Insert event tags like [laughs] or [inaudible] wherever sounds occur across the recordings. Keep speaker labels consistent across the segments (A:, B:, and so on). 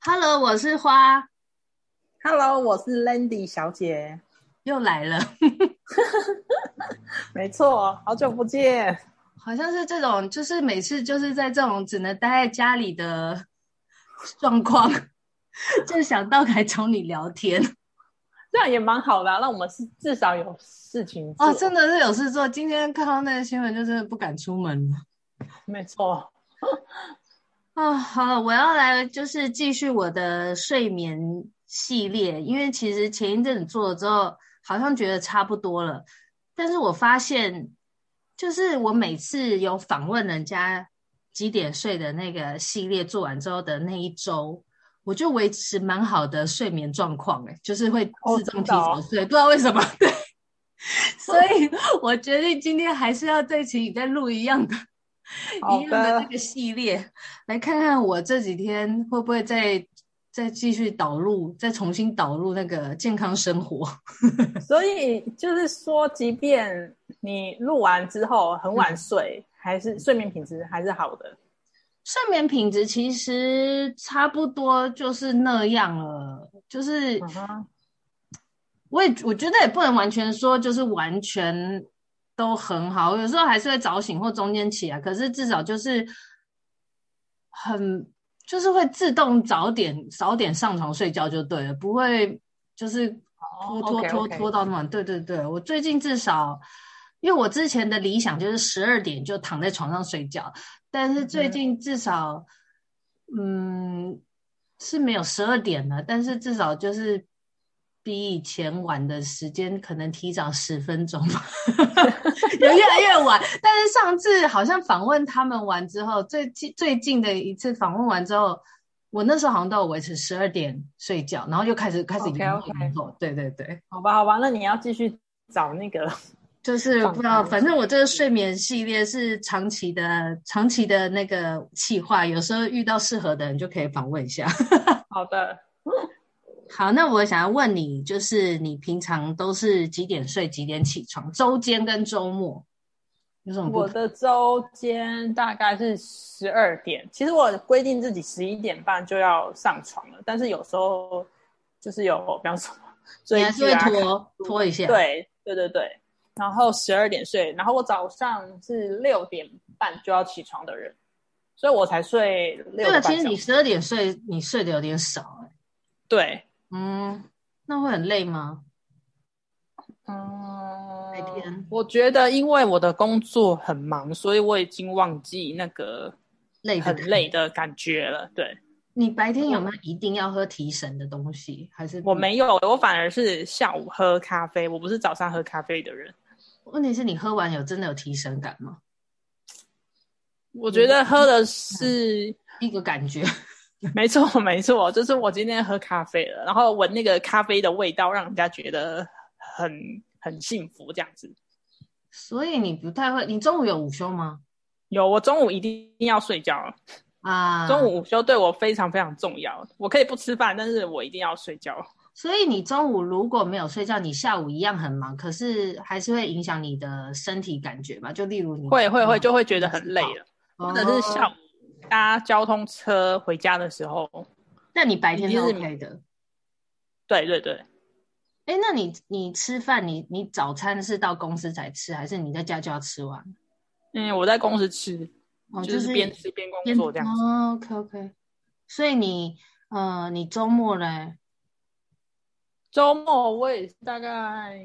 A: Hello，我是花，
B: Hello，我是 Landy 小姐。
A: 又来了， [laughs]
B: 没错，好久不见。
A: 好像是这种，就是每次就是在这种只能待在家里的状况， [laughs] 就想到来找你聊天
B: 这样也蛮好的、啊，让我们是至少有事情做。
A: 哦，真的是有事做。今天看到那个新闻，就真的不敢出门了
B: 没错。
A: 啊、好了，我要来就是继续我的睡眠系列，因为其实前一阵子做了之后，好像觉得差不多了，但是我发现，就是我每次有访问人家几点睡的那个系列做完之后的那一周，我就维持蛮好的睡眠状况，哎，就是会
B: 哦
A: 自动
B: 真
A: 提
B: 的哦
A: 早睡，不知道为什么，对， [laughs] 所以 [laughs] 我决定今天还是要再请你再录一样的。
B: 好
A: 一样的
B: 的
A: 那个系列，来看看我这几天会不会再再继续导入，再重新导入那个健康生活。
B: 所以就是说，即便你录完之后很晚睡，
A: 嗯
B: 还是睡眠品质还是好的。
A: 睡眠品质其实差不多就是那样了，就是
B: 嗯哼，
A: 我也我觉得也不能完全说就是完全都很好，有时候还是会早醒或中间起来，可是至少就是很就是会自动早点早点上床睡觉就对了，不会就是拖拖
B: OK，OK
A: 拖拖到那晚。对对对，我最近至少。因为我之前的理想就是十二点就躺在床上睡觉，但是最
B: 嗯
A: 近至少，嗯，是没有十二点了，但是至少就是比以前晚的时间可能提早十分钟吧， [laughs] 有越来越晚。但是上次好像访问他们完之后，最近最近的一次访问完之后，我那时候好像都有维持十二点睡觉，然后又开始开始延后
B: OK，OK
A: 延后，对对对。
B: 好吧，好吧，那你要继续找那个。 [laughs]
A: 就是不知道，
B: 放开
A: 反正我这个睡眠系列是长期的、长期的那个计划，有时候遇到适合的人就可以访问一下。 [laughs]
B: 好的，
A: 好，那我想要问你，就是你平常都是几点睡、几点起床？周间跟周末有什么不
B: 我
A: 同？
B: 的周间大概是十二点。其实我规定自己十一点半就要上床了，但是有时候就是有，比方说 [laughs]
A: 你
B: 追
A: 还是
B: 剧
A: 会
B: 啊，
A: 拖拖一下？，
B: 对对对对，然后十二点睡，然后我早上是六点半就要起床的人，所以我才睡
A: 对
B: 六个
A: 啊，其
B: 半
A: 实
B: 小
A: 你
B: 时。
A: 十二点睡，你睡的有点少、欸，
B: 对，
A: 嗯，那会很累吗？白天
B: 嗯，我觉得因为我的工作很忙，所以我已经忘记那个
A: 累的
B: 呃很
A: 感觉
B: 累的感觉了。对
A: 你白天有没有一定要喝提神的东西？还是
B: 我？没有，我反而是下午喝咖啡，我不是早上喝咖啡的人。
A: 问题是你喝完有真的有提神感吗？嗯
B: 我觉得喝的是。
A: 一个感觉。 [laughs]
B: [laughs] 没错，没错，就是我今天喝咖啡了，然后闻那个咖啡的味道，让人家觉得很很幸福这样子。
A: 所以你不太会，你中午有午休吗？
B: 有，我中午一定要睡觉，
A: 啊，
B: 中，午午休对我非常非常重要。我可以不吃饭，但是我一定要睡觉。
A: 所以你中午如果没有睡觉，你下午一样很忙，可是还是会影响你的身体感觉吧？就例如你
B: 会会会，就会觉得很累了，
A: 或
B: 或者是下
A: 午。
B: 午搭交通车回家的时候，
A: 哦那你白天是
B: 一定是
A: OK 的。
B: 对对对，
A: 哎，那你你吃饭，你你早餐是到公司才吃，还是你在家就要吃完？
B: 嗯，我在公司吃，
A: 哦，
B: 就是是边吃边工
A: 边
B: 作这样子。
A: 哦，OK OK。所以你呃，你周末嘞？
B: 周末我也是大概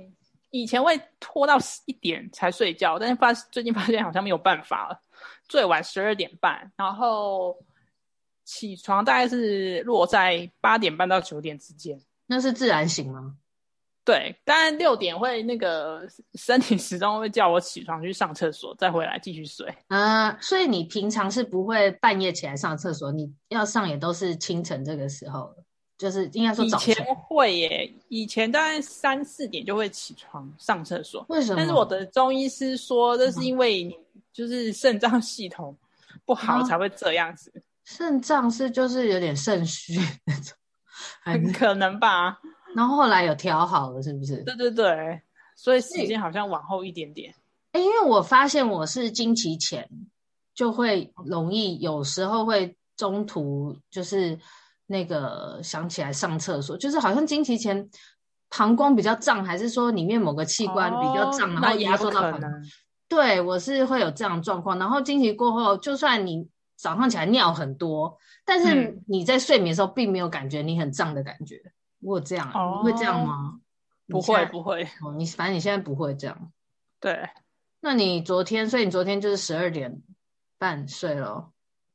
B: 以前会拖到十一点才睡觉，但是发最近发现好像没有办法了，最晚十二点半，然后起床大概是落在八点半到九点之间。
A: 那是自然醒吗？
B: 对，当然六点会那个身体时钟会叫我起床去上厕所，再回来继续睡。
A: 啊，所以你平常是不会半夜起来上厕所，你要上也都是清晨这个时候了，就是应该说
B: 以
A: 早
B: 前
A: 晨。
B: 会耶，以前大概三四点就会起床上厕所，
A: 为什么？
B: 但是我的中医师说，这是因为你就是肾脏系统不好
A: 啊
B: 才会这样子，
A: 肾脏是就是有点肾虚那种，
B: [laughs]
A: 还
B: 很
A: 是
B: 可能吧？
A: 然后后来有调好了，是不是？
B: 对对对，所以时
A: 对
B: 间好像往后一点点。
A: 哎，因为我发现我是经期前就会容易，有时候会中途就是那个想起来上厕所，就是好像经期前膀胱比较胀，还是说里面某个器官比较胀，
B: 哦
A: 然后
B: 那也
A: 压缩
B: 有
A: 到
B: 可
A: 膀
B: 能
A: 对，我是会有这样的状况。然后经期过后，就算你早上起来尿很多，但是
B: 嗯
A: 你在睡眠的时候并没有感觉你很胀的感觉。我有这样，
B: 哦
A: 你会这样吗？
B: 不
A: 你现
B: 会
A: 在
B: 不会，
A: 哦，你反正你现在不会这样。
B: 对，
A: 那你昨天，所以你昨天就是十二点半睡了，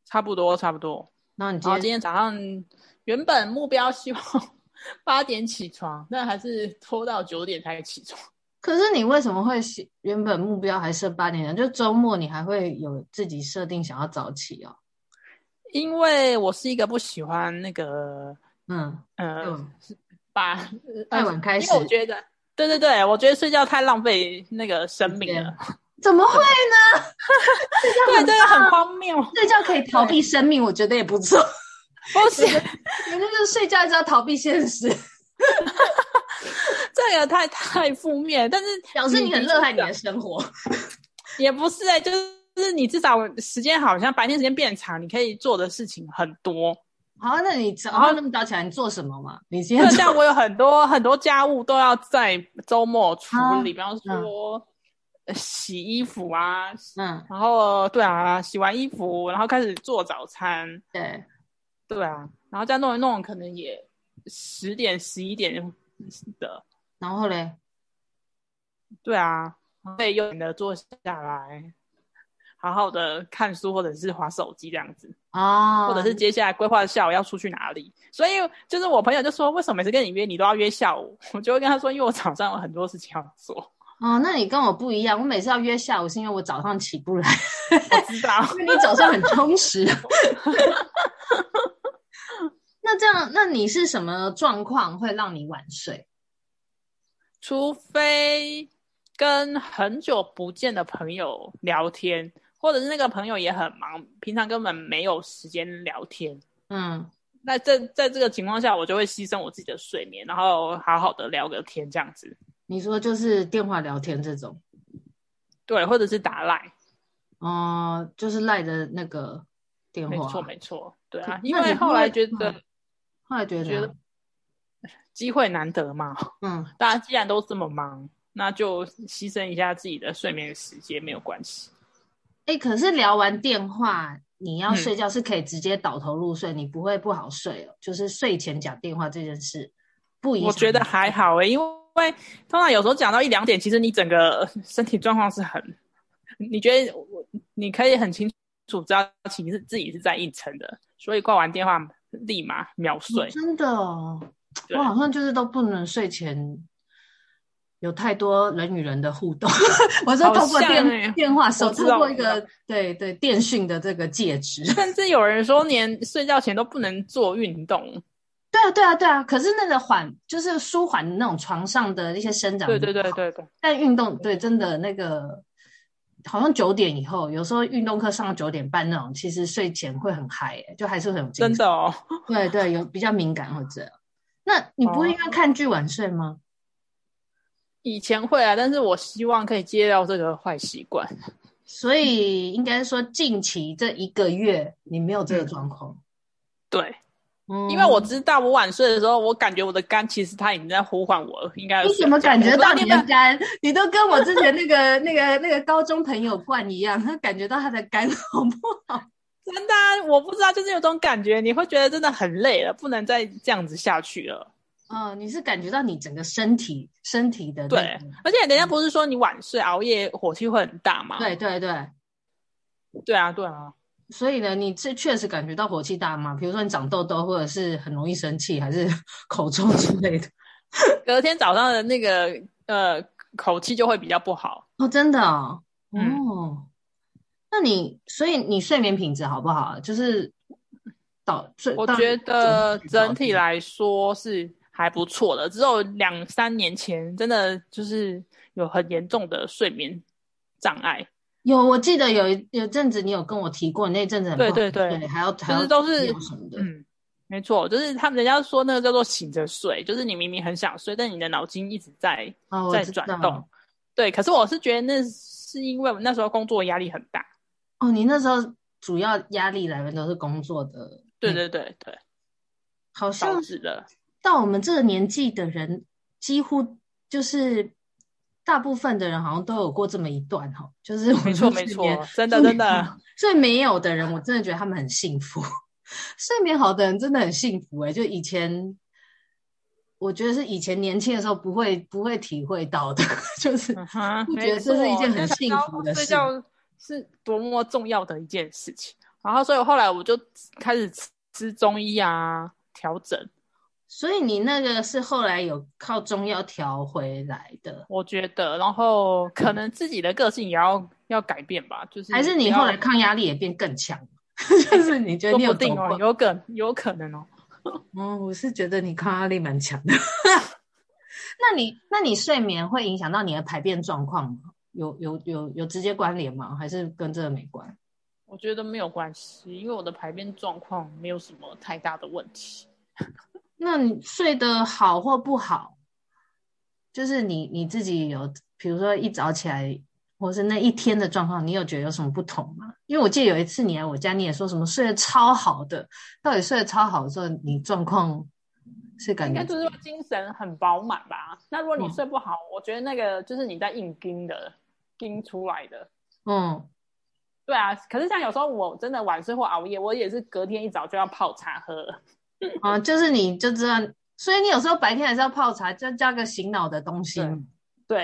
B: 差不多差不多。
A: 然后你今
B: 然
A: 天
B: 后哦今天早上原本目标希望八点起床，但还是拖到九点才起床。
A: 可是你为什么会是原本目标还设八点呢？就周末你还会有自己设定想要早起哦。
B: 因为我是一个不喜欢那个
A: 嗯，
B: 呃
A: 嗯
B: 把呃
A: 太晚开始
B: 因为我觉得对对对，我觉得睡觉太浪费那个生命了，
A: 怎么会？ [laughs]
B: 对这个很荒谬，
A: 睡觉可以逃避生命，我觉得也不错。
B: 不行，
A: 反正 [laughs] 就是睡觉就是要逃避现实，
B: [laughs] 这个太太负面，但是
A: 表示你很热爱你
B: 的确
A: 的生活。
B: 也不是哎、就是你至少时间好像白天时间变长，你可以做的事情很多。
A: 好，那你早上那么早起来，你做什么嘛？你今天
B: 就像我有很多很多家务都要在周末处
A: 啊
B: 理，比方说、呃洗衣服啊，
A: 嗯，
B: 然后对啊，洗完衣服，然后开始做早餐，
A: 对，
B: 对啊，然后再弄一弄，可能也十点十一点的，
A: 然后嘞，
B: 对啊，被悠闲的坐下来，好好的看书或者是划手机这样子。
A: 哦，
B: 或者是接下来规划下午要出去哪里。所以就是我朋友就说，为什么每次跟你约你都要约下午？ [laughs] 我就会跟他说，因为我早上有很多事情要做。
A: 哦，那你跟我不一样，我每次要约下午是因为我早上起不来， [laughs]
B: 我知道， [laughs]
A: 因为你早上很充实。 [laughs] 那这样，那你是什么状况会让你晚睡？
B: 除非跟很久不见的朋友聊天，或者是那个朋友也很忙，平常根本没有时间聊天。
A: 嗯，
B: 那在在这个情况下，我就会牺牲我自己的睡眠，然后好好的聊个天这样子。
A: 你说就是电话聊天这种，
B: 对，或者是打赖，
A: 哦、就是赖的那个电话。
B: 没错没错，对啊
A: 可，
B: 因
A: 那你
B: 为
A: 不
B: 后来
A: 会
B: 觉得
A: 嗯后来觉得怎
B: 觉
A: 样，
B: 得机会难得嘛，
A: 嗯，
B: 大家既然都这么忙，那就牺牲一下自己的睡眠时间没有关系。
A: 哎、可是聊完电话，你要
B: 嗯
A: 睡觉是可以直接倒头入睡，你不会不好睡哦。就是睡前讲电话这件事，不影响
B: 我觉得
A: 你
B: 还好诶、因为通常有时候讲到一两点，其实你整个身体状况是很，你觉得我你可以很清楚知道其实自己是在硬撑的，所以挂完电话立马秒睡。
A: 真的哦。
B: 对
A: 我好像就是都不能睡前有太多人与人的互动， [laughs] 我说
B: 好
A: 通过
B: 像
A: 电、
B: 欸
A: 电话手，
B: 我知
A: 通
B: 道
A: 过
B: 我
A: 一
B: 知道
A: 个对对电讯的这个介质。 [laughs]
B: 甚至有人说，连睡觉前都不能做运动。
A: 对啊对啊对啊，可是那个缓就是舒缓那种床上的一些生长，
B: 对对对对对，
A: 但运动对真的那个，好像九点以后，有时候运动课上到九点半那种，其实睡前会很嗨、欸，就还是会很有精
B: 真
A: 神。
B: 的哦。
A: 对对，有比较敏感或者。那你不会因
B: 哦
A: 为看剧晚睡吗？
B: 以前会啊，但是我希望可以戒掉这个坏习惯。
A: 所以应该说近期这一个月你没有这个状况，
B: 对，
A: 嗯
B: 嗯因为我知道我晚睡的时候，我感觉我的肝其实它已经在呼唤我，应该要
A: 你
B: 睡
A: 怎么
B: 觉
A: 感觉到
B: 我不
A: 你
B: 知道
A: 的
B: 们
A: 肝？你都跟我之前那个 [laughs] 那个那个高中朋友冠一样，他感觉到他的肝好 [laughs] 不好？
B: 真的啊、我不知道，就是有种感觉，你会觉得真的很累了，不能再这样子下去了。
A: 嗯，你是感觉到你整个身体身体的那
B: 对
A: 个，
B: 而且人家不是说你晚睡熬夜火气会很大吗？
A: 对对对。
B: 对啊，对啊，
A: 所以呢，你这确实感觉到火气大吗？比如说你长痘痘，或者是很容易生气，还是 [laughs] 口臭之类的？
B: 隔天早上的那个呃口气就会比较不好。
A: [laughs] 哦，真的哦，
B: 嗯
A: 哦，那你所以你睡眠品质好不好？就是到睡，
B: 我
A: 到
B: 觉得整体来说是还不错的，只有两三年前真的就是有很严重的睡眠障碍，
A: 有，我记得有一有阵子你有跟我提过，你那阵子很不
B: 对
A: 好
B: 对对
A: 睡还要还
B: 就
A: 要
B: 是都是
A: 尿什么的，
B: 嗯，没错，就是他们人家说那个叫做醒着睡，就是你明明很想睡，但你的脑筋一直在
A: 哦，我
B: 在
A: 知
B: 转
A: 道
B: 动。对，可是我是觉得那是因为我那时候工作压力很大，
A: 哦，你那时候主要压力来源都是工作的，
B: 对对对对，
A: 好
B: 导
A: 像
B: 致的。
A: 到我们这个年纪的人，几乎就是大部分的人好像都有过这么一段哈，就是我
B: 没错，
A: 们
B: 没
A: 这
B: 错
A: 边，
B: 真的，
A: [laughs]
B: 真的，
A: 睡没有的人，我真的觉得他们很幸福。睡眠好的人真的很幸福哎、就以前，我觉得是以前年轻的时候不会不会体会到的， [laughs] 就是
B: 嗯哼，
A: 不
B: 没
A: 觉得这是一
B: 错
A: 件很
B: 那才
A: 幸
B: 知道
A: 福的
B: 睡
A: 事
B: 觉是多么重要的一件事情。然后，所以后来我就开始吃吃中医啊，调整。
A: 所以你那个是后来有靠中药调回来的，
B: 我觉得，然后可能自己的个性也要要改变吧，就
A: 嗯
B: 是
A: 还是
B: 不
A: 你
B: 要
A: 后来抗压力也变更强？ [laughs] 就是你觉得
B: 哎说
A: 你有
B: 不定
A: 走
B: 哦
A: 过，
B: 有可有可能哦。
A: 嗯，我是觉得你抗压力蛮强的。 [laughs] 那你那你睡眠会影响到你的排便状况吗？有有有有直接关联吗？还是跟这个没关？
B: 我觉得没有关系，因为我的排便状况没有什么太大的问题。
A: 那你睡得好或不好，就是你你自己有，比如说一早起来，或是那一天的状况，你有觉得有什么不同吗？因为我记得有一次你来我家，你也说什么睡得超好的，到底睡得超好的时候，你状况是感
B: 应
A: 觉
B: 该就是说精神很饱满吧。那如果你
A: 嗯
B: 睡不好，我觉得那个就是你在硬盯的，盯出来的。
A: 嗯
B: 对啊，可是像有时候我真的晚睡或熬夜，我也是隔天一早就要泡茶喝了。
A: 啊，就是你就知道，所以你有时候白天还是要泡茶，就加个醒脑的东西
B: 对。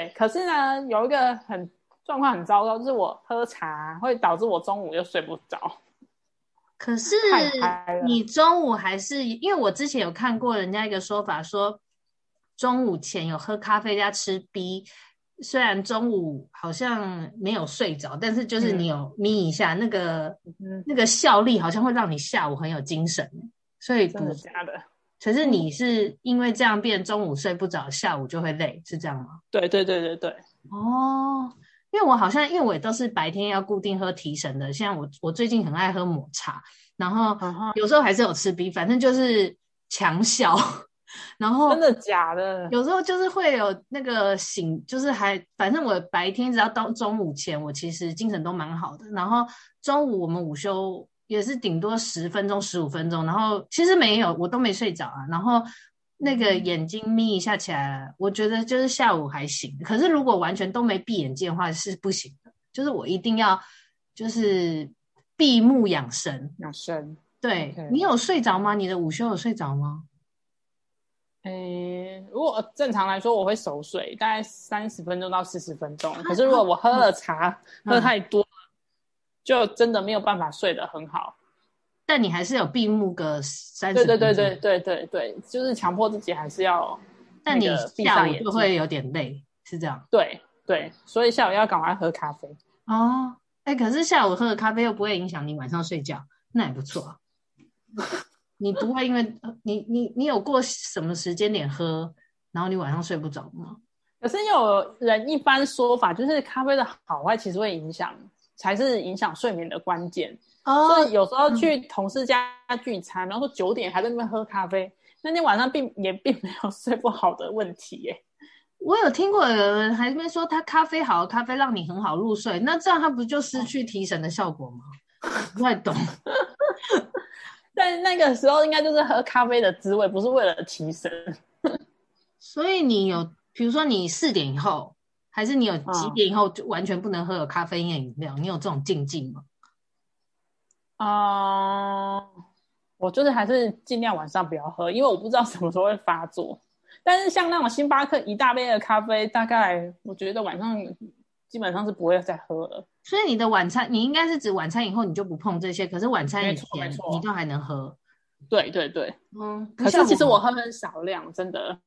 B: 对，可是呢，有一个很状况很糟糕，就是我喝茶会导致我中午又睡不着。
A: 可是
B: 太嗨了
A: 你中午还是因为我之前有看过人家一个说法说，中午前有喝咖啡加吃 B，虽然中午好像没有睡着，但是就是你有眯一下，那个
B: 嗯，
A: 那个效力好像会让你下午很有精神，所以
B: 真
A: 不
B: 的，嗯假的？
A: 可是你是因为这样变中午睡不着，下午就会累，是这样吗？
B: 对对对对对，
A: 哦，因为我好像因为我也都是白天要固定喝提神的，像我我最近很爱喝抹茶，然后
B: 嗯哼
A: 有时候还是有吃 B，反正就是强效， [laughs] 然后
B: 真的假的？
A: 有时候就是会有那个醒，就是还反正我白天只要到中午前，我其实精神都蛮好的，然后中午我们午休也是顶多十分钟十五分钟，然后其实没有我都没睡着啊，然后。那个
B: 嗯
A: 眼睛眯一下起来，我觉得就是下午还行。可是如果完全都没闭眼睛的话是不行的，就是我一定要就是闭目养神。
B: 养生。
A: 对
B: OK
A: 你有睡着吗？你的午休有睡着吗？
B: 诶，如果正常来说，我会熟睡，大概三十分钟到四十分钟。
A: 啊
B: 可是如果我喝了茶，
A: 嗯
B: 喝太多了，就真的没有办法睡得很好。
A: 但你还是有闭目个三十。
B: 对对对对。对对对，就是强迫自己还是要
A: 但你
B: 那个闭
A: 下
B: 上
A: 午
B: 眼
A: 就
B: 睛
A: 会有点累，是这样
B: 对对，所以下午要赶快喝咖啡。
A: 哦。哎，可是下午喝个咖啡又不会影响你晚上睡觉，那也不错 [laughs] 啊。你不会因为呃你你你有过什么时间点喝，然后你晚上睡不着吗？
B: 可是有人一般说法就是咖啡的好坏其实会影响，才是影响睡眠的关键。
A: 哦
B: 所以有时候去同事家聚餐，然后九点还在那边喝咖啡，那天晚上并也并没有 [laughs] 睡不好的问题耶。
A: 我有听过有人还在那边说他咖啡好，咖啡让你很好入睡，那这样他不就失去提神的效果吗？不太懂，
B: 但那个时候应该就是喝咖啡的滋味，不是为了提神。
A: 所以你有，比如说你四点以后，还是你有几点以后就完全不能喝有咖啡因的饮料，你有这种禁忌吗？
B: 啊、我就是还是尽量晚上不要喝，因为我不知道什么时候会发作。但是像那种星巴克一大杯的咖啡，大概我觉得晚上基本上是不会再喝了。
A: 所以你的晚餐，你应该是指晚餐以后你就不碰这些，可是晚餐以
B: 没错
A: 前
B: 没错
A: 你都还能喝。
B: 对对对，
A: 嗯，不
B: 可
A: 像
B: 是其实我喝很少量，真的。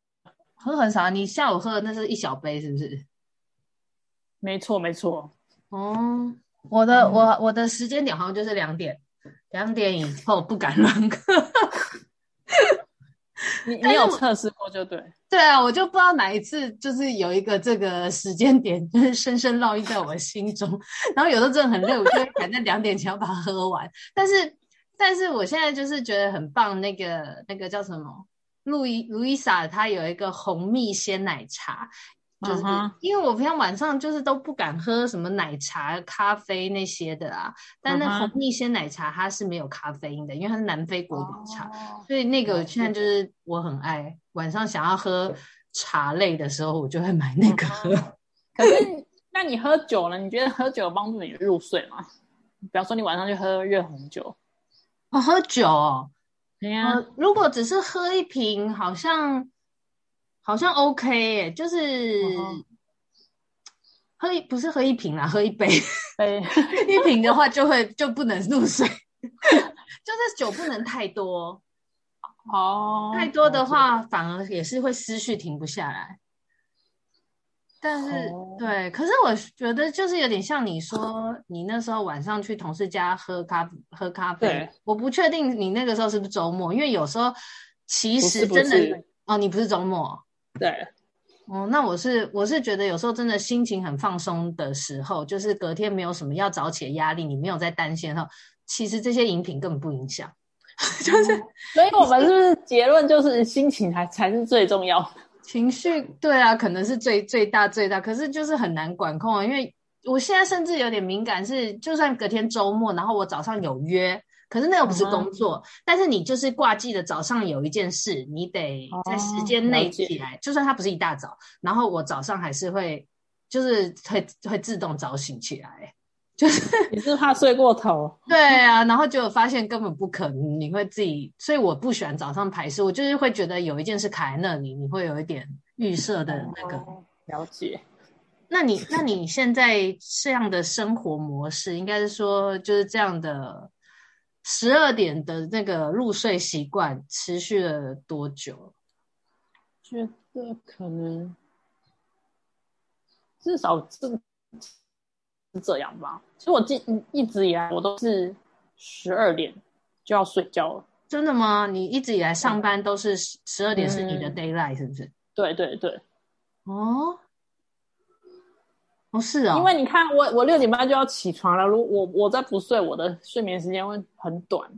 A: 喝很少，啊你下午喝的那是一小杯，是不是？
B: 没错没错，
A: 哦，我
B: 嗯
A: 的我我的时间点好像就是两点，两点以后不敢乱喝。
B: 你
A: 但是
B: 你有
A: 我
B: 测试过就对。
A: 对啊，我就不知道哪一次就是有一个这个时间点，就是深深烙印在我的心中。然后有时候真的很累，我就会赶在两点前要把它喝完。但是，但是我现在就是觉得很棒，那个那个叫什么路易路易莎，她有一个红蜜鲜奶茶，
B: 嗯
A: 就是因为我平常晚上就是都不敢喝什么奶茶、咖啡那些的啊，但那红蜜鲜奶茶它是没有咖啡因的，因为它是南非国
B: 哦
A: 语茶，所以那个现在就是我很爱，晚上想要喝茶类的时候，我就会买那个喝。
B: 哦
A: [laughs]
B: 可是，那你喝酒了？你觉得喝酒帮助你入睡吗？比方说，你晚上就喝热红酒。
A: 哦，喝酒、哦，
B: 对啊呀、
A: 呃如果只是喝一瓶，好像好像 OK 耶、就是、
B: 嗯
A: 喝一不是喝一瓶啦，喝一杯， [laughs] 呃
B: 对，
A: 一瓶的话就会就不能入睡， [laughs] 就是酒不能太多，
B: [laughs] 哦，
A: 太多的话反而也是会思绪停不下来。但是、
B: 哦
A: 对，可是我觉得就是有点像你说，你那时候晚上去同事家喝咖喝咖啡
B: 对，
A: 我不确定你那个时候是不是周末，因为有时候其
B: 不是
A: 实
B: 不
A: 真的
B: 是
A: 哦，你不是周末
B: 对，
A: 哦，那我是我是觉得有时候真的心情很放松的时候，就是隔天没有什么要早起的压力，你没有在担心的时候，其实这些饮品根本不影响， [laughs] 就是
B: 哦所以我们是不是结论就是心情还才是最重要？ [laughs]
A: 情绪，对啊，可能是最最大最大，可是就是很难管控啊。因为我现在甚至有点敏感是，就算隔天周末，然后我早上有约，可是那又不是工作，但是你就是挂记的早上有一件事，你得在时间内起来，就算它不是一大早，然后我早上还是会就是会会自动早醒起来。
B: 你是怕睡过头？
A: 对啊，然后结果发现根本不可能，你会自己，所以我不喜欢早上排事，我就是会觉得有一件事卡在那里，你会有一点预设的那个。
B: 哦了解。
A: 那你那你现在这样的生活模式，应该是说就是这样的十二点的那个入睡习惯持续了多久？
B: 觉得可能至少这是这样吧。其实我记一直以来我都是十二点就要睡觉了。
A: 真的吗？你一直以来上班都是十二点是你的 d a y l i g h t 是不是？
B: 对对对，
A: 嗯哦，哦是啊、哦，
B: 因为你看我我六点半就要起床了，如果我我再不睡，我的睡眠时间会很短。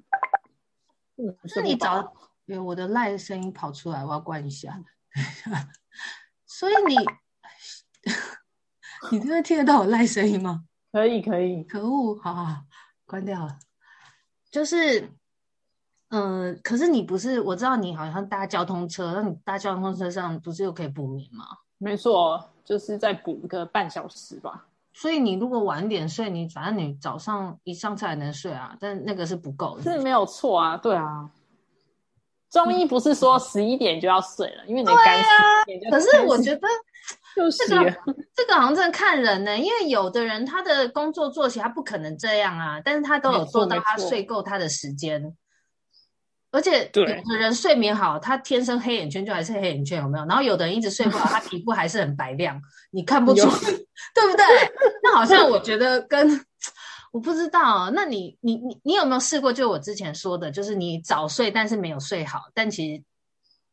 B: 嗯，
A: 是
B: 睡
A: 你
B: 不饱
A: 早，有我的赖声音跑出来，我要关一下。 [laughs] 所以你， [laughs] 你真的听得到我赖声音吗？
B: 可以可以，
A: 可恶，好好好，关掉了。就是，嗯、可是你不是，我知道你好像搭交通车，那你搭交通车上不是又可以补眠吗？
B: 没错，就是再补个半小时吧。
A: 所以你如果晚点睡，你反正你早上一上车还能睡啊，但那个是不够
B: 是
A: 的。
B: 没有错啊，对啊。中医不是说十一点就要睡了，因为你的肝对
A: 啊可是我觉得
B: 就
A: 这
B: 是
A: 个 [laughs] 这个好像真的看人呢、因为有的人他的工作作息他不可能这样啊，但是他都有做到
B: 没错
A: 他
B: 没错
A: 睡够他的时间，而且有
B: 对
A: 的人睡眠好，他天生黑眼圈就还是黑眼圈，有没有？然后有的人一直睡不好，他皮肤还是很白亮，你看不出
B: 有
A: 来， [laughs] 对不对？那好像我觉得跟我不知道，啊那你你你你有没有试过？就我之前说的，就是你早睡但是没有睡好，但其实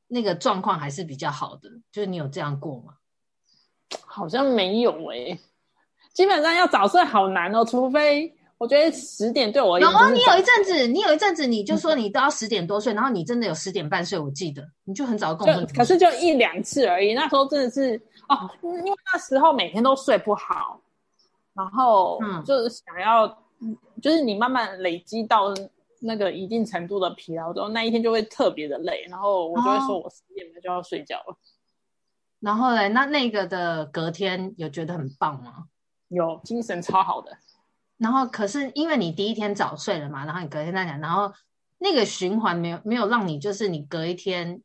A: 那个状况还是比较好的，就是你有这样过吗？
B: 好像没有诶、基本上要早睡好难哦，除非我觉得十点对我而
A: 有
B: 言
A: 啊，
B: 不
A: 你
B: 是
A: 有一阵子，你有一阵子，你就说你都要十点多睡，然后你真的有十点半睡，我记得，你就哦很早跟我说
B: 就
A: 你
B: 可是就一两次而已。那时候真的是哦，因为那时候每天都睡不好，然后
A: 嗯
B: 就是想要，嗯就是你慢慢累积到那个一定程度的疲劳之后，那一天就会特别的累，然后我就会说我十点半就要睡觉了。
A: 然后嘞，那那个的隔天有觉得很棒吗？
B: 有精神超好的，
A: 然后可是因为你第一天早睡了嘛，然后你隔天再讲，然后那个循环没有没有让你就是你隔一天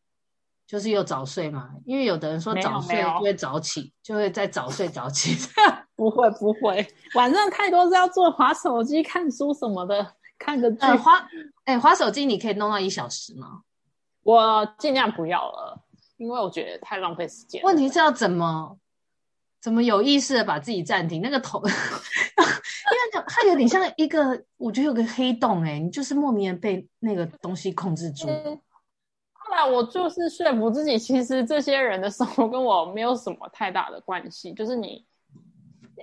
A: 就是又早睡嘛，因为有的人说
B: 没有
A: 早睡
B: 没有
A: 就会早起，就会再早睡早起，
B: 不会不会，晚上太多是要做滑手机、看书什么的，看个剧，
A: 呃，花哎、花手机你可以弄到一小时吗？
B: 我尽量不要了，因为我觉得太浪费时间了。
A: 问题是要怎么怎么有意识的把自己暂停？那个头，因为它有点像一个，我觉得有个黑洞哎、你就是莫名的被那个东西控制住。
B: 嗯后来我就是说服自己，其实这些人的生活跟我没有什么太大的关系，就是你。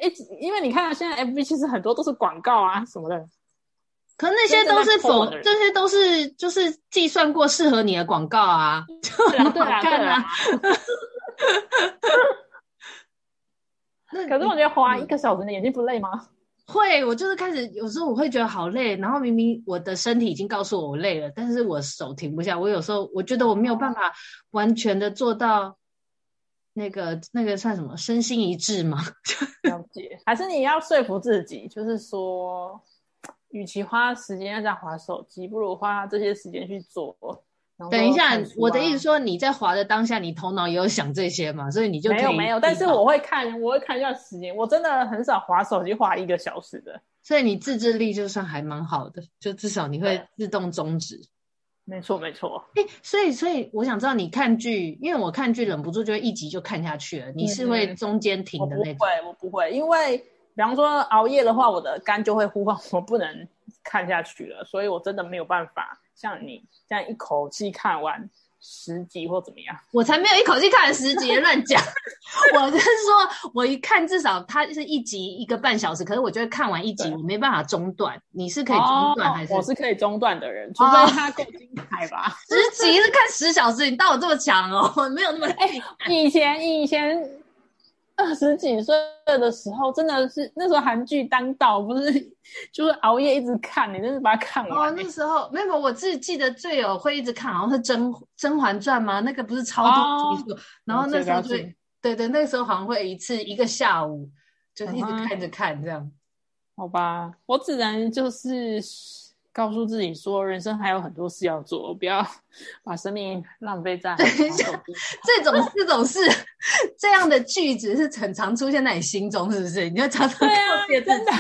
B: 一直，因为你看到现在 FB 其实很多都是广告啊什
A: [laughs]
B: 么的，
A: 可是那些都是
B: 真正在
A: 否
B: 抠我的，人
A: 这些都是就是计算过适合你的广告啊，就
B: [laughs] 对
A: 很
B: 啊
A: 好
B: 对啊对
A: 看
B: 啊
A: 啊。，
B: 可是我觉得滑一
A: 嗯
B: 个小时，你眼睛不累吗？
A: [laughs] 会，我就是开始有时候我会觉得好累，然后明明我的身体已经告诉我我累了，但是我手停不下。我有时候我觉得我没有办法完全的做到那个那个算什么身心一致吗？
B: 了解，还是你要说服自己，就是说，与其花时间在划手机，不如花这些时间去做。然后
A: 等一下
B: 看书啊，
A: 我的意思说你在滑的当下，你头脑也有想这些嘛，所以你就
B: 没有
A: 可以
B: 没有，
A: 避
B: 但是
A: 到
B: 我会看，我会看一下时间。我真的很少划手机划一个小时的，
A: 所以你自制力就算还蛮好的，就至少你会
B: 对
A: 自动终止。
B: 没错没错。
A: 哎，所以所以我想知道你看剧，因为我看剧忍不住就会一集就看下去了，你是会
B: 嗯
A: 中间停
B: 我
A: 的
B: 不
A: 那
B: 会
A: 种？，
B: 我不会，因为比方说熬夜的话，我的肝就会呼唤我不能看下去了，所以我真的没有办法像你这样一口气看完十集或怎么样。
A: 我才没有一口气看了十集，乱讲。 [laughs] 我是说，我一看至少它是一集一个半小时，可是我就会看完一集，
B: 对
A: 我没办法中断。你是可以中断还是？
B: 哦、我是可以中断的人，除
A: 哦
B: 非它够精彩
A: [laughs]
B: 吧。
A: 十集是看十小时，你当我这么强哦？ [laughs] 我没有那么
B: 哎、以前以前二十几岁的时候，真的是那时候韩剧当道，不是就是熬夜一直看，你真是把它看
A: 哦，
B: 完、欸
A: 那时候没有，没有我自己记得最有会一直看，好像是甄《甄嬛传》吗？那个不是超多集数，
B: 哦
A: 然后那时候就
B: 了解了解
A: 对对，那时候好像会一次一个下午，就是一直
B: 嗯哼
A: 看着看这样。
B: 好吧，我只能就是告诉自己说，人生还有很多事要做，不要 [laughs] 把生命浪费
A: [laughs]
B: 在
A: 一下
B: 手机
A: 这种这种事，这样的句子是很常出现在你心中，是不是？你就常常
B: 对啊，
A: 告诫
B: 也
A: 自己
B: 真的。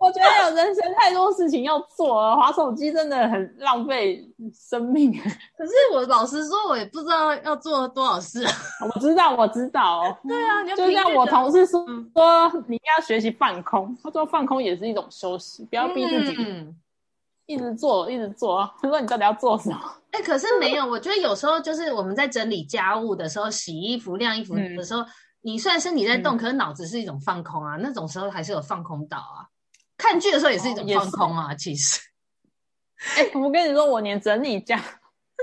B: 我觉得有人生太多事情要做了，划手机真的很浪费生命。
A: 可是我老实说，我也不知道要做多少事。啊
B: 我知道，我知道，
A: 对啊，你
B: 就像我
A: 同
B: 同事说
A: 嗯
B: 说，你要学习放空。他说放空也是一种休息，不要逼自己
A: 嗯
B: 一直做，一直做。他说你到底要做什
A: [laughs]
B: 么？
A: 哎、可是没有，我觉得有时候就是我们在整理家务的时候，洗衣服、晾衣服
B: 嗯
A: 的时候，你虽然身体在动，可是脑子是一种放空啊，那种时候还是有放空到啊。看剧的时候也是一
B: 哦
A: 种
B: 也
A: 放
B: 是
A: 空啊，其 [laughs] 实。
B: 哎、我跟你说，我连整理家 [laughs]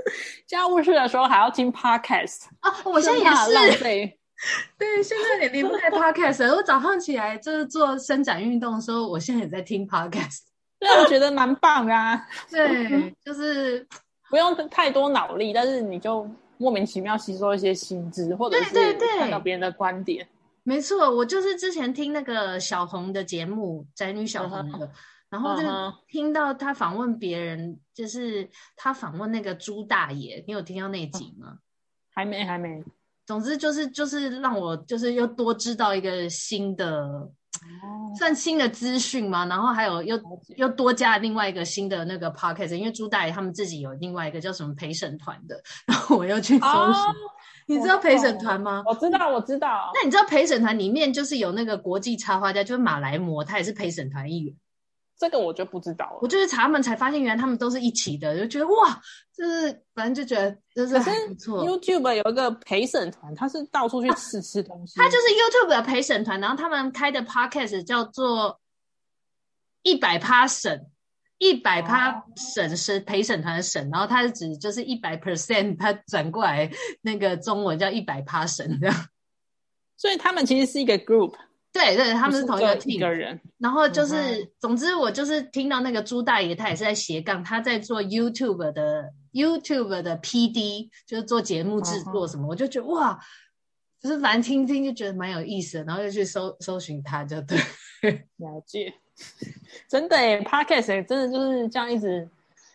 B: 家务事的时候还要听 podcast，
A: 啊，我现在
B: 生怕
A: 也
B: 浪
A: 是，
B: 费。 [laughs]
A: 对，现在也离不开 podcast 了。我早上起来就是做伸展运动的时候，我现在也在听 podcast。
B: 对，我觉得蛮棒啊，
A: 对，就是
B: 不用太多脑力，但是你就莫名其妙吸收一些新知，或者
A: 对
B: 是
A: 对对
B: 看到别人的观点。
A: 没错，我就是之前听那个小红的节目，宅女小红的，然后就
B: 嗯哼
A: 听到她访问别人，就是她访问那个朱大爷，你有听到那集吗？
B: 还没，还没。
A: 总之就是就是让我就是又多知道一个新的
B: 哦，
A: 算新的资讯嘛，然后还有又
B: 了解
A: 又多加了另外一个新的那个 podcast，因为朱大爷他们自己有另外一个叫什么陪审团的， [laughs] 然后我又去搜寻，
B: 哦
A: 你知道陪审团吗？
B: 我知道，我知道。
A: 那你知道陪审团里面就是有那个国际插画家，就是马来模，他也是陪审团一员。
B: 这个我就不知道
A: 我
B: 了。
A: 就是查他们才发现，原来他们都是一起的，就觉得哇，就是反正就觉得就是
B: 可是
A: 还不错。
B: YouTube 有一个陪审团，他是到处去试吃东西。
A: 啊他就是 YouTube 的陪审团，然后他们开的 Podcast 叫做“一百趴审”，一百趴
B: 哦
A: 审是陪审团的审，然后他是指就是一百 percent，他转过来那个中文叫一百趴审这样。
B: 所以他们其实是一个 group，
A: 对对，他们
B: 不
A: 是
B: 是
A: 同一
B: 只有
A: 个 team
B: 一个人。
A: 然后就
B: 嗯哼
A: 是，总之我就是听到那个朱大爷，他也是在斜杠，他在做 YouTube 的 YouTube 的 PD，就是做节目制作什么，我就觉得哇，就是反正听听就觉得蛮有意思的，然后就去搜搜寻他，就 [laughs] 对。
B: 了解， [laughs] 真的耶 p o d c a s t 真的就是这样一直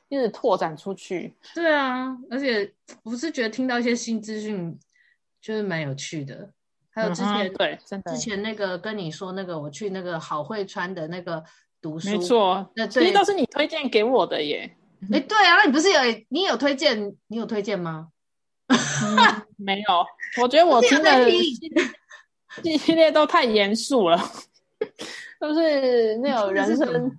B: 一直拓展出去。
A: 对啊，而且我是觉得听到一些新资讯，就是蛮有趣的。还有之前、
B: 嗯哼对，真的
A: 之前那个跟你说那个，我去那个好会川的那个读书，
B: 没错，
A: 那
B: 其
A: 对
B: 实，都是你推荐给我的耶。
A: 哎对啊，那你不是有你有推荐，你有推荐吗？
B: 嗯、 [laughs] 没有，我觉得我听
A: 不
B: 的
A: 是有啊在
B: 这系列都太严肃
A: [laughs]
B: 了，都是那种人
A: 你听的是什么
B: 生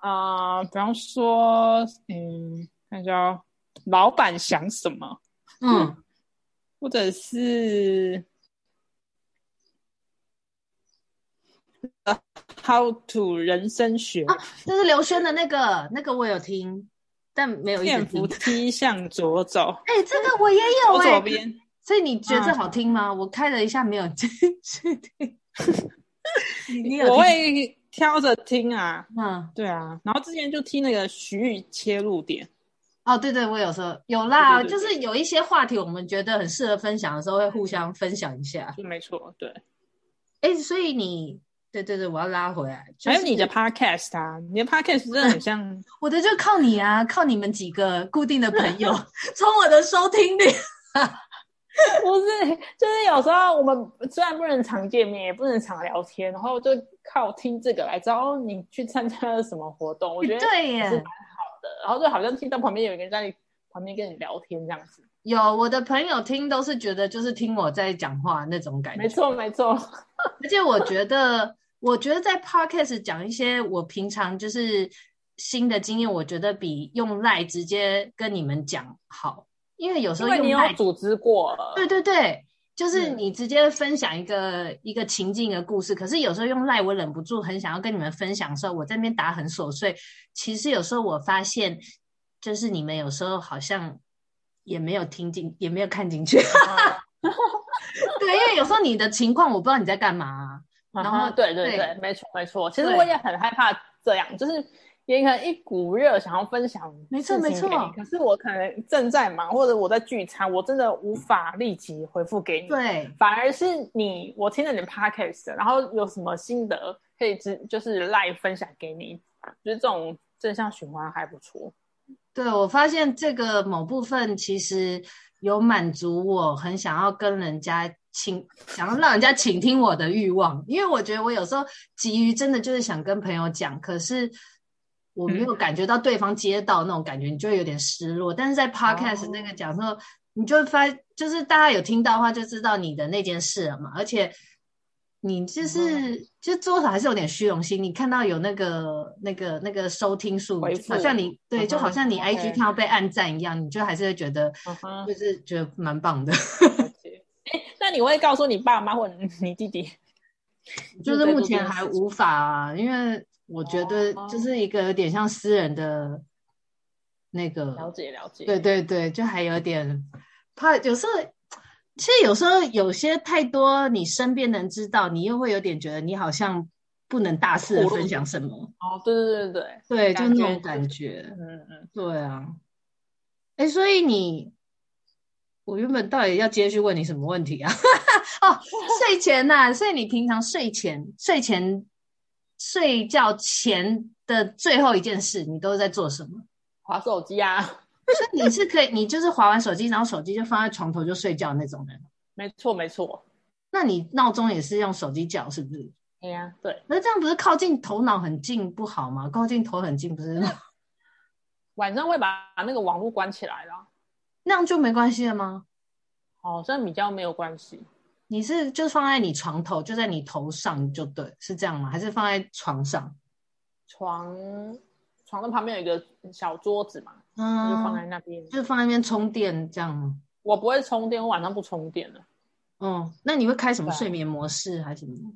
B: 啊、比方说，嗯，看一下哦，老板想什么，
A: 嗯，
B: 或者是 [laughs] How to 人生学，
A: 啊这是刘轩的那个，那个我有听，但没有一直
B: 电
A: 听
B: 扶。梯向左走，
A: [laughs] 哎、这个我也有
B: 左
A: 哎、
B: 左边，
A: 所以你觉
B: 嗯
A: 得这好听吗？我开了一下没有进去听， [laughs] 你有
B: 我
A: 听
B: 会挑着听啊，
A: 嗯
B: 对啊。然后之前就听那个徐玉切入点，
A: 哦，对对，我有时候有啦，
B: 对对对
A: 就是有一些话题我们觉得很适合分享的时候，会互相分享一下。
B: 嗯就没错，对。
A: 哎，所以你对对对，我要拉回来，就
B: 还
A: 是
B: 有你的 podcast 啊，你的 podcast 真的很像，
A: 我的就靠你啊，靠你们几个固定的朋
B: [laughs]
A: 友，从我的收听率。
B: [laughs] 不是，就是有时候我们虽然不能常见面，也不能常聊天，然后就靠听这个来知道哦你去参加了什么活动，我觉
A: [laughs]
B: 得
A: 对
B: 也是蛮
A: 耶，
B: 好的。然后就好像听到旁边有一个人在旁边跟你聊天这样子，
A: 有我的朋友听都是觉得就是听我在讲话那种感觉
B: 没。错没错，
A: 而且我觉得，我觉得在 podcast 讲一些我平常就是新的经验，我觉得比用赖直接跟你们讲好，因为有时
B: 因
A: 候
B: 为
A: 用
B: 你有
A: 赖，
B: 组织过，
A: 对对对，就是
B: 嗯
A: 你直接分享一个、一个情境、一个故事。可是有时候用赖，我忍不住很想要跟你们分享的时候，我在那边打很琐碎。其实有时候我发现，就是你们有时候好像也没有听进，也没有看进去。
B: 嗯
A: 对，因为有时候你的情况，我不知道你在干嘛啊、
B: 然
A: 然
B: 后
A: 后
B: 嗯对对
A: 对
B: 对，没错没错。其实
A: 对
B: 我也很害怕这样，就是也可能一股热想要分享
A: 没错
B: 事情
A: 没错
B: 给你可是我可能正在忙，或者我在聚餐，我真的无法立即回复给你。，
A: 对，
B: 反而是你，我听了你的 podcast，然后有什么心得可以直就是赖分享给你，就是这种正向循环还不错。
A: 对，我发现这个某部分其实有满足我很想要跟人家倾，想要让人家倾听我的欲望，因为我觉得我有时候急于真的就是想跟朋友讲，可是我
B: 嗯
A: 没有感觉到对方接到那种感觉，你就会有点失落。但是在 podcast 那个
B: 哦
A: 讲说，你就会发，就是大家有听到的话就知道你的那件事了嘛，而且。你
B: 嗯
A: 就是，就多少还是有点虚荣心。你看到有那个、那个、那个收听数，
B: 回
A: 就好
B: 复
A: 像你对，就
B: 嗯哼
A: 好像你
B: OK
A: IG 看到被暗赞一样，你就还是会觉得，
B: 嗯哼，
A: 就是觉得蛮
B: [laughs]
A: 棒的，
B: 了解。哎，那你会告诉你爸妈或者你弟弟？
A: 就是目前还
B: 无。
A: 无法、啊，因为我觉得
B: 哦
A: 就是一个有点像私人的那个，
B: 了解了解，
A: 对对对，就还有点怕，有时候。其实有时候有些太多你身边的人知道，你又会有点觉得你好像不能大肆的
B: 暴露
A: 分享什么，
B: 哦，对对对对，
A: 对，就
B: 感
A: 那
B: 觉
A: 种
B: 就
A: 感觉。
B: 嗯嗯，
A: 对啊，哎，所以你，我原本到底要接续问你什么问题啊？ [laughs] 哦，睡前呐、所以你平常睡前、睡前、睡觉前的最后一件事，你都在做什么？
B: 划手机啊，
A: 所以你是可以，你就是划完手机，然后手机就放在床头就睡觉那种人。
B: 没错没错，
A: 那你闹钟也是用手机叫，是不是？
B: 哎呀，对，
A: 可是这样不是靠近头脑很近不好吗？靠近头很近不是
B: 晚上会把那个网络关起来啦，
A: 那样就没关系了吗？
B: 好像比较没有关系，
A: 你是就放在你床头，就在你头上就对，是这样吗？还是放在床上？
B: 床床的旁边有一个小桌子嘛，我就放在
A: 嗯，
B: 那边，
A: 就放在那边充电这样吗？
B: 我不会充电，我晚上不充电的，
A: 嗯，那你会开什么
B: 对啊
A: 睡眠模式还是什么？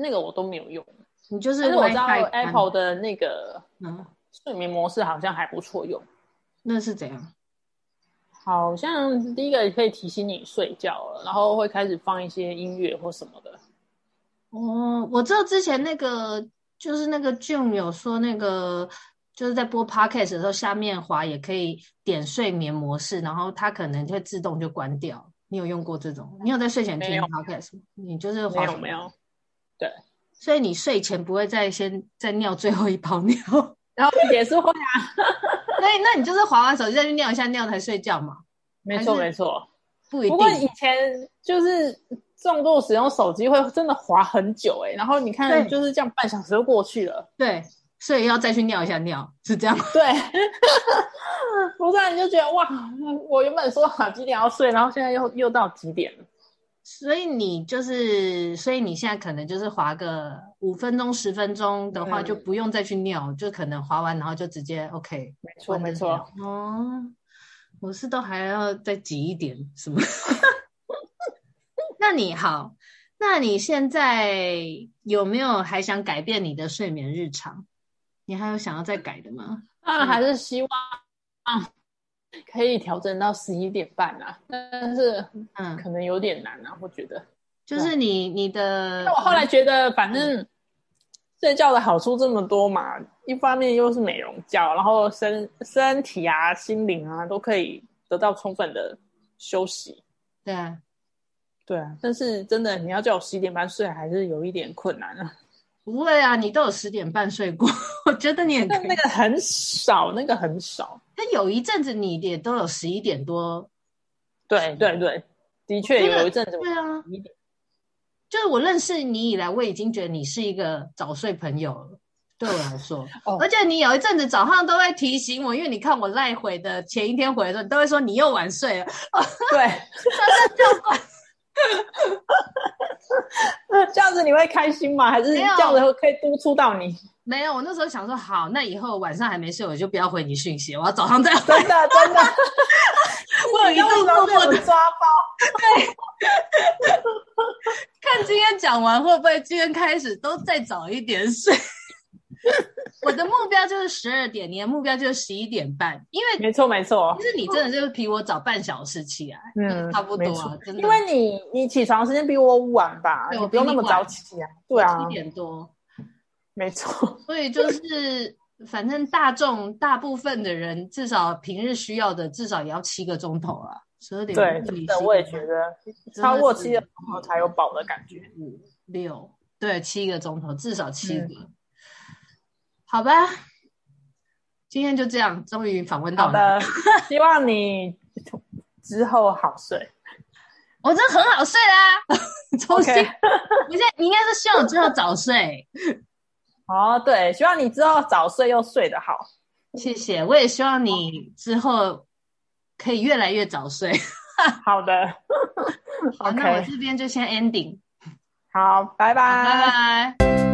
B: 那个我都没有用，
A: 你就是
B: 但是我知道
A: WiFi 关
B: Apple 的那个
A: 嗯，
B: 睡眠模式好像还不错用。
A: 那是怎样？
B: 好像第一个可以提醒你睡觉了，然后会开始放一些音乐或什么的。
A: 哦，我知道之前那个就是那个 June 有说那个。就是在播 podcast 的时候，下面滑也可以点睡眠模式，然后它可能会自动就关掉。你有用过这种？你有在睡前
B: 没
A: 听
B: 有
A: podcast 吗？你就是
B: 没
A: 滑
B: 有
A: 手
B: 没
A: 机
B: 有，
A: 所以你睡前不会再先再尿最后一泡尿， [laughs] 所
B: 然后也是会啊，
A: 以那你就是划完手机再去尿一下尿才睡觉嘛？
B: 没错
A: 还是
B: 没错。
A: 不一
B: 不过以
A: 定，
B: 前就是重度使用手机，会真的滑很久哎、然后你看
A: 对
B: 就是这样半小时就过去了。
A: 对，所以要再去尿一下尿，是这样。
B: 对， [laughs] 不然你就觉得哇，我原本说好几点要睡，然后现在又又到几点了？
A: [laughs] 所以你就是，所以你现在可能就是划个五分钟、十分钟的话，
B: 嗯
A: 就不用再去尿，就可能划完然后就直接 OK。
B: 没错没错，。
A: 哦，我是都还要再挤一点什
B: [laughs]
A: 么？那你好，那你现在有没有还想改变你的睡眠日常？你还有想要再改的吗？
B: 那还是希望可以调整到十一点半啊，但是
A: 嗯，
B: 可能有点难啊，我觉得。
A: 就是你你的
B: 但我，后来觉得，反正睡觉的好处这么多嘛，一方面又是美容觉，然后身身体啊、心灵啊都可以得到充分的休息。
A: 对啊，
B: 对啊，但是真的，你要叫我十一点半睡，还是有一点困难啊。
A: 不会啊，你都有十点半睡过， [laughs] 我觉得你很可
B: 但
A: 以
B: [laughs] [laughs] 那。个很少，那个很少。
A: 但有一阵子你也都有十一点多，
B: 对对对，的确
A: 真的
B: 有一阵 [laughs] 子我
A: 对啊，
B: 11点
A: 就是我认识你以来，我已经觉得你是一个早睡朋友了。对我来说，
B: 哦
A: 而且你有一阵子早上都会提醒我，因为你看我赖回的前一天回的时候，你都会说你又晚睡了，
B: [laughs] 对，
A: 就怪
B: 这样子你会开心吗？还是
A: 没有
B: 这样子可以督促到你？
A: 没有。我那时候想说，好，那以后晚上还没睡，我就不要回你讯息，我要早上再 [laughs] 回。
B: 真的真的，
A: 我有一度默默的
B: 被我抓
A: [laughs]
B: 包。
A: 看今天讲完会不会今天开始都再早一点睡。我的目标就是十二点，你的目标就是十一点半，因为
B: 没错没错
A: 其，实你真的就是比我早半小时起来，
B: 嗯，
A: 差不多
B: 没
A: 啊
B: 错，
A: 真的
B: 因为你你起床时间比我晚吧，
A: 对
B: 你
A: 我
B: 不用
A: 比
B: 那
A: 你
B: 么早
A: 晚
B: 起啊。对啊
A: 七，点多。
B: 没错，
A: 所以就是，反正大众大部分的人，至少平日需要的，至少也要七个钟头啊，十二点
B: 对，
A: 五
B: 真的我也觉得超过七个钟头才有饱的感觉。
A: 五六，对，七个钟头，至少七个。
B: 嗯
A: 好吧，今天就这样，终于访问到
B: 好
A: 你。
B: 的，希望你之后好睡。
A: 我真的很好睡
B: [laughs]
A: 啦，重新
B: OK，
A: 我现在你应该是希望我之后早睡，
B: 哦对，希望你之后早睡又睡得好。
A: 谢谢。我也希望你之后可以越来越早睡。
B: 好的
A: 好，那我
B: [laughs] ，OK，
A: 这边就先 ending，
B: 好，拜
A: 拜拜。